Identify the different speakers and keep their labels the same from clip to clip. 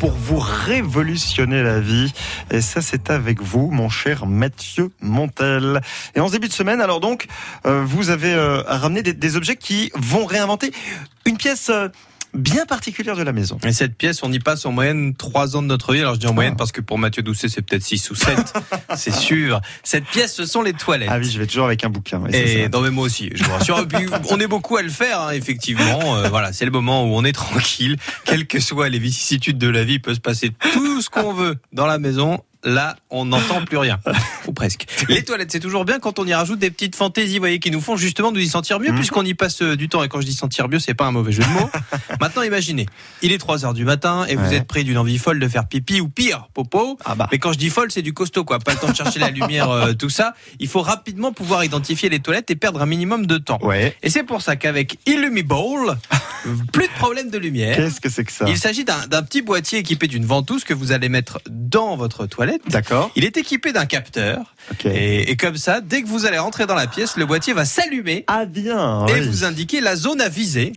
Speaker 1: pour vous révolutionner la vie. Et ça, c'est avec vous, mon cher Mathieu Montel. Et en ce début de semaine, alors donc, euh, vous avez euh, ramené des, des objets qui vont réinventer une pièce euh, bien particulière de la maison.
Speaker 2: Et cette pièce, on y passe en moyenne 3 ans de notre vie. Alors je dis en moyenne parce que pour Mathieu Doucet, c'est peut-être 6 ou 7. c'est sûr. Cette pièce, ce sont les toilettes.
Speaker 1: Ah oui, je vais toujours avec un bouquin. ouais, ça,
Speaker 2: Et
Speaker 1: c'est-
Speaker 2: non mais moi aussi, je vous rassure. Et puis, on est beaucoup à le faire, hein, effectivement. Euh, voilà, c'est le moment où on est tranquille, quelles que soient les vicissitudes de la vie, il peut se passer tout ce qu'on veut dans la maison. Là, on n'entend plus rien, ou presque. Les toilettes, c'est toujours bien quand on y rajoute des petites fantaisies, vous voyez, qui nous font justement nous y sentir mieux,
Speaker 1: Mhm.
Speaker 2: puisqu'on y passe euh, du temps. Et quand je dis sentir mieux, c'est pas un mauvais jeu de mots. Maintenant, imaginez, il est 3 heures du matin et vous
Speaker 1: Ouais.
Speaker 2: êtes pris d'une envie folle de faire pipi ou pire, popo.
Speaker 1: Ah bah.
Speaker 2: Mais quand je dis folle, c'est du costaud, quoi. Pas le temps de chercher la lumière, euh, tout ça. Il faut rapidement pouvoir identifier les toilettes et perdre un minimum de temps.
Speaker 1: Ouais.
Speaker 2: Et c'est pour ça qu'avec Illumibowl, plus de problème de lumière.
Speaker 1: Qu'est-ce que c'est que ça
Speaker 2: Il s'agit d'un d'un petit boîtier équipé d'une ventouse que vous allez mettre dans votre toilette.
Speaker 1: D'accord.
Speaker 2: Il est équipé d'un capteur.
Speaker 1: Ok.
Speaker 2: Et, et comme ça, dès que vous allez rentrer dans la pièce, le boîtier va s'allumer
Speaker 1: Ah bien.
Speaker 2: et
Speaker 1: oui.
Speaker 2: vous indiquer la zone à viser.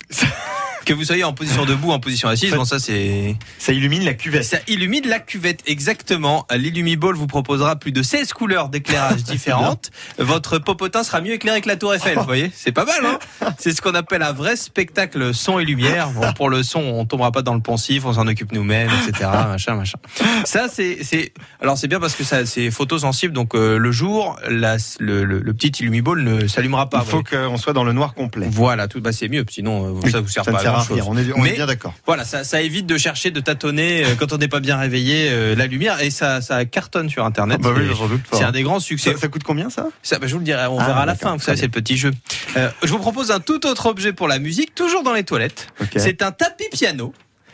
Speaker 2: Que vous soyez en position debout, en position assise, bon ça c'est...
Speaker 1: Ça illumine la cuvette.
Speaker 2: Ça illumine la cuvette, exactement. L'Illumiball vous proposera plus de 16 couleurs d'éclairage différentes. Votre popotin sera mieux éclairé que la tour Eiffel, vous voyez C'est pas mal, hein C'est ce qu'on appelle un vrai spectacle son et lumière. Bon, pour le son, on tombera pas dans le pensif, on s'en occupe nous-mêmes, etc. Machin, machin. Ça, c'est... c'est- Alors, c'est bien parce que ça, c'est photosensible, donc euh, le jour, la- le, le- le petit Illumiball ne s'allumera pas.
Speaker 1: Il faut
Speaker 2: vous
Speaker 1: qu'on soit dans le noir complet.
Speaker 2: voyez. Voilà, tout bah, c'est mieux, sinon euh,
Speaker 1: Oui,
Speaker 2: ça vous sert
Speaker 1: ne
Speaker 2: pas à
Speaker 1: sert
Speaker 2: grand-chose.
Speaker 1: rien. On est, on est
Speaker 2: Mais-
Speaker 1: bien d'accord.
Speaker 2: Voilà, ça, ça évite de chercher, de tâtonner euh, quand on n'est pas bien réveillé euh, la lumière et ça, ça cartonne sur Internet.
Speaker 1: Bah oui,
Speaker 2: Et
Speaker 1: j'en doute pas.
Speaker 2: c'est un des grands succès.
Speaker 1: Ça, ça coûte combien ça
Speaker 2: Ça, bah, je vous le dirai, on
Speaker 1: Ah,
Speaker 2: verra à la
Speaker 1: d'accord,
Speaker 2: fin. Vous
Speaker 1: très
Speaker 2: savez, c'est le petit jeu. Euh, je vous propose un tout autre objet pour la musique, toujours dans les toilettes.
Speaker 1: Ok.
Speaker 2: C'est un tapis piano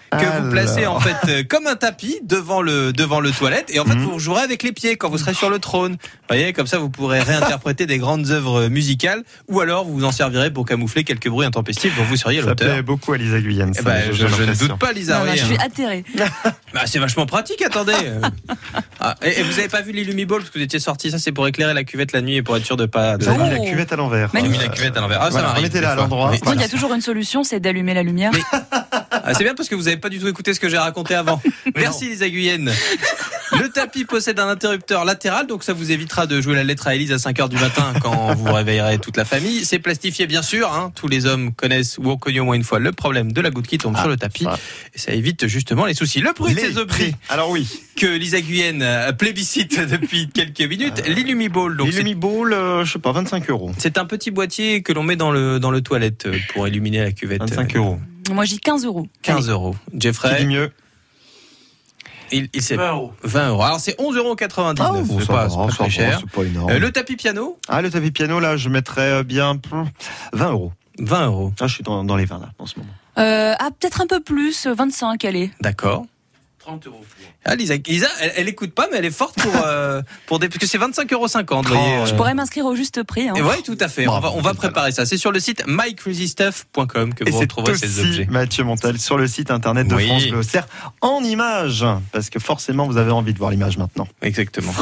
Speaker 2: que
Speaker 1: Alors.
Speaker 2: vous placez en fait euh, comme un tapis devant le devant le toilette et en fait
Speaker 1: Mhm.
Speaker 2: vous jouerez avec les pieds quand vous serez sur le trône. Vous voyez, comme ça vous pourrez réinterpréter des grandes œuvres euh, musicales ou alors vous vous en servirez pour camoufler quelques bruits intempestifs dont vous seriez
Speaker 1: Ça
Speaker 2: l'auteur.
Speaker 1: plaît beaucoup à Lisa Guyenne.
Speaker 2: Eh
Speaker 1: ça,
Speaker 2: ben,
Speaker 1: j'ai
Speaker 2: je, je ne
Speaker 1: l'impression.
Speaker 2: doute pas, Lisa.
Speaker 3: Non, là,
Speaker 2: oui,
Speaker 3: je
Speaker 2: hein.
Speaker 3: suis atterrée.
Speaker 2: Bah, c'est vachement pratique, attendez. Euh, ah, et, et vous avez pas vu l'Illumiball parce que vous étiez sorti, ça c'est pour éclairer la cuvette la nuit et pour être sûr de pas. De...
Speaker 1: Vous avez mis
Speaker 3: Oh.
Speaker 1: la cuvette à l'envers. Euh,
Speaker 2: J'ai mis
Speaker 3: Magnifique.
Speaker 2: la cuvette à l'envers. Ah, ça
Speaker 1: Voilà,
Speaker 2: m'arrive,
Speaker 1: remettez-la
Speaker 2: des
Speaker 1: à
Speaker 2: fois.
Speaker 1: l'endroit.
Speaker 2: Oui.
Speaker 3: Sinon, il y
Speaker 1: Voilà.
Speaker 3: a toujours une solution, c'est d'allumer la lumière.
Speaker 2: Mais- Ah, c'est bien parce que vous n'avez pas du tout écouté ce que j'ai raconté avant. Merci les aiguyennes. Le tapis possède un interrupteur latéral, donc ça vous évitera de jouer la lettre à Elise à 5h du matin quand vous réveillerez toute la famille. C'est plastifié bien sûr, hein. tous les hommes connaissent ou ont connu au moins une fois le problème de la goutte qui tombe sur le tapis.
Speaker 1: Ah, ça.
Speaker 2: Et ça évite justement les soucis. Le bruit de
Speaker 1: Les
Speaker 2: ces objets
Speaker 1: prix. Alors oui,
Speaker 2: que Lisa Guyenne euh, plébiscite depuis quelques minutes, l'Illumiball. Donc c'est-
Speaker 1: Ah. l'Illumi Ball, euh, je sais pas, 25 euros.
Speaker 2: c'est un petit boîtier que l'on met dans le dans le toilette euh, pour illuminer la cuvette.
Speaker 1: 25
Speaker 2: Euh,
Speaker 1: euros.
Speaker 3: Moi, j'ai 15 euros.
Speaker 2: 15 euros.
Speaker 1: Qui dit
Speaker 2: Jeffrey,
Speaker 1: mieux
Speaker 2: il, il sait
Speaker 4: 20 euros.
Speaker 2: 20 euros. Alors c'est 11,99 euros.
Speaker 1: Ah, Bon,
Speaker 2: Ah, c'est
Speaker 1: ça
Speaker 2: pas,
Speaker 1: va,
Speaker 2: c'est pas
Speaker 1: ça
Speaker 2: très
Speaker 1: va,
Speaker 2: cher.
Speaker 1: C'est pas énorme.
Speaker 2: Euh, le tapis piano,
Speaker 1: Ah, le tapis piano, là, je mettrais euh, bien pff, 20 euros.
Speaker 2: 20 euros.
Speaker 1: Ah, je suis dans, dans les 20 là, en ce moment.
Speaker 3: Euh, ah, peut-être un peu plus, euh, 25, allez.
Speaker 2: D'accord.
Speaker 4: 30 euros.
Speaker 2: Ah, Lisa, Lisa, elle, elle écoute pas, mais elle est forte pour, euh, pour des, parce que c'est 25,50 euros.
Speaker 1: Oh.
Speaker 3: Je pourrais m'inscrire au juste prix. hein.
Speaker 2: euh. Et ouais, tout à fait. On
Speaker 1: Bravo,
Speaker 2: va, on va
Speaker 1: Lisa.
Speaker 2: préparer ça. C'est sur le site mycrazystuff.com que
Speaker 1: Et
Speaker 2: vous
Speaker 1: c'est
Speaker 2: retrouverez ces
Speaker 1: aussi
Speaker 2: objets.
Speaker 1: Mathieu Montel sur le site internet de
Speaker 2: Oui.
Speaker 1: France Bleu Auxerre en images, parce que forcément vous avez envie de voir l'image maintenant.
Speaker 2: Exactement.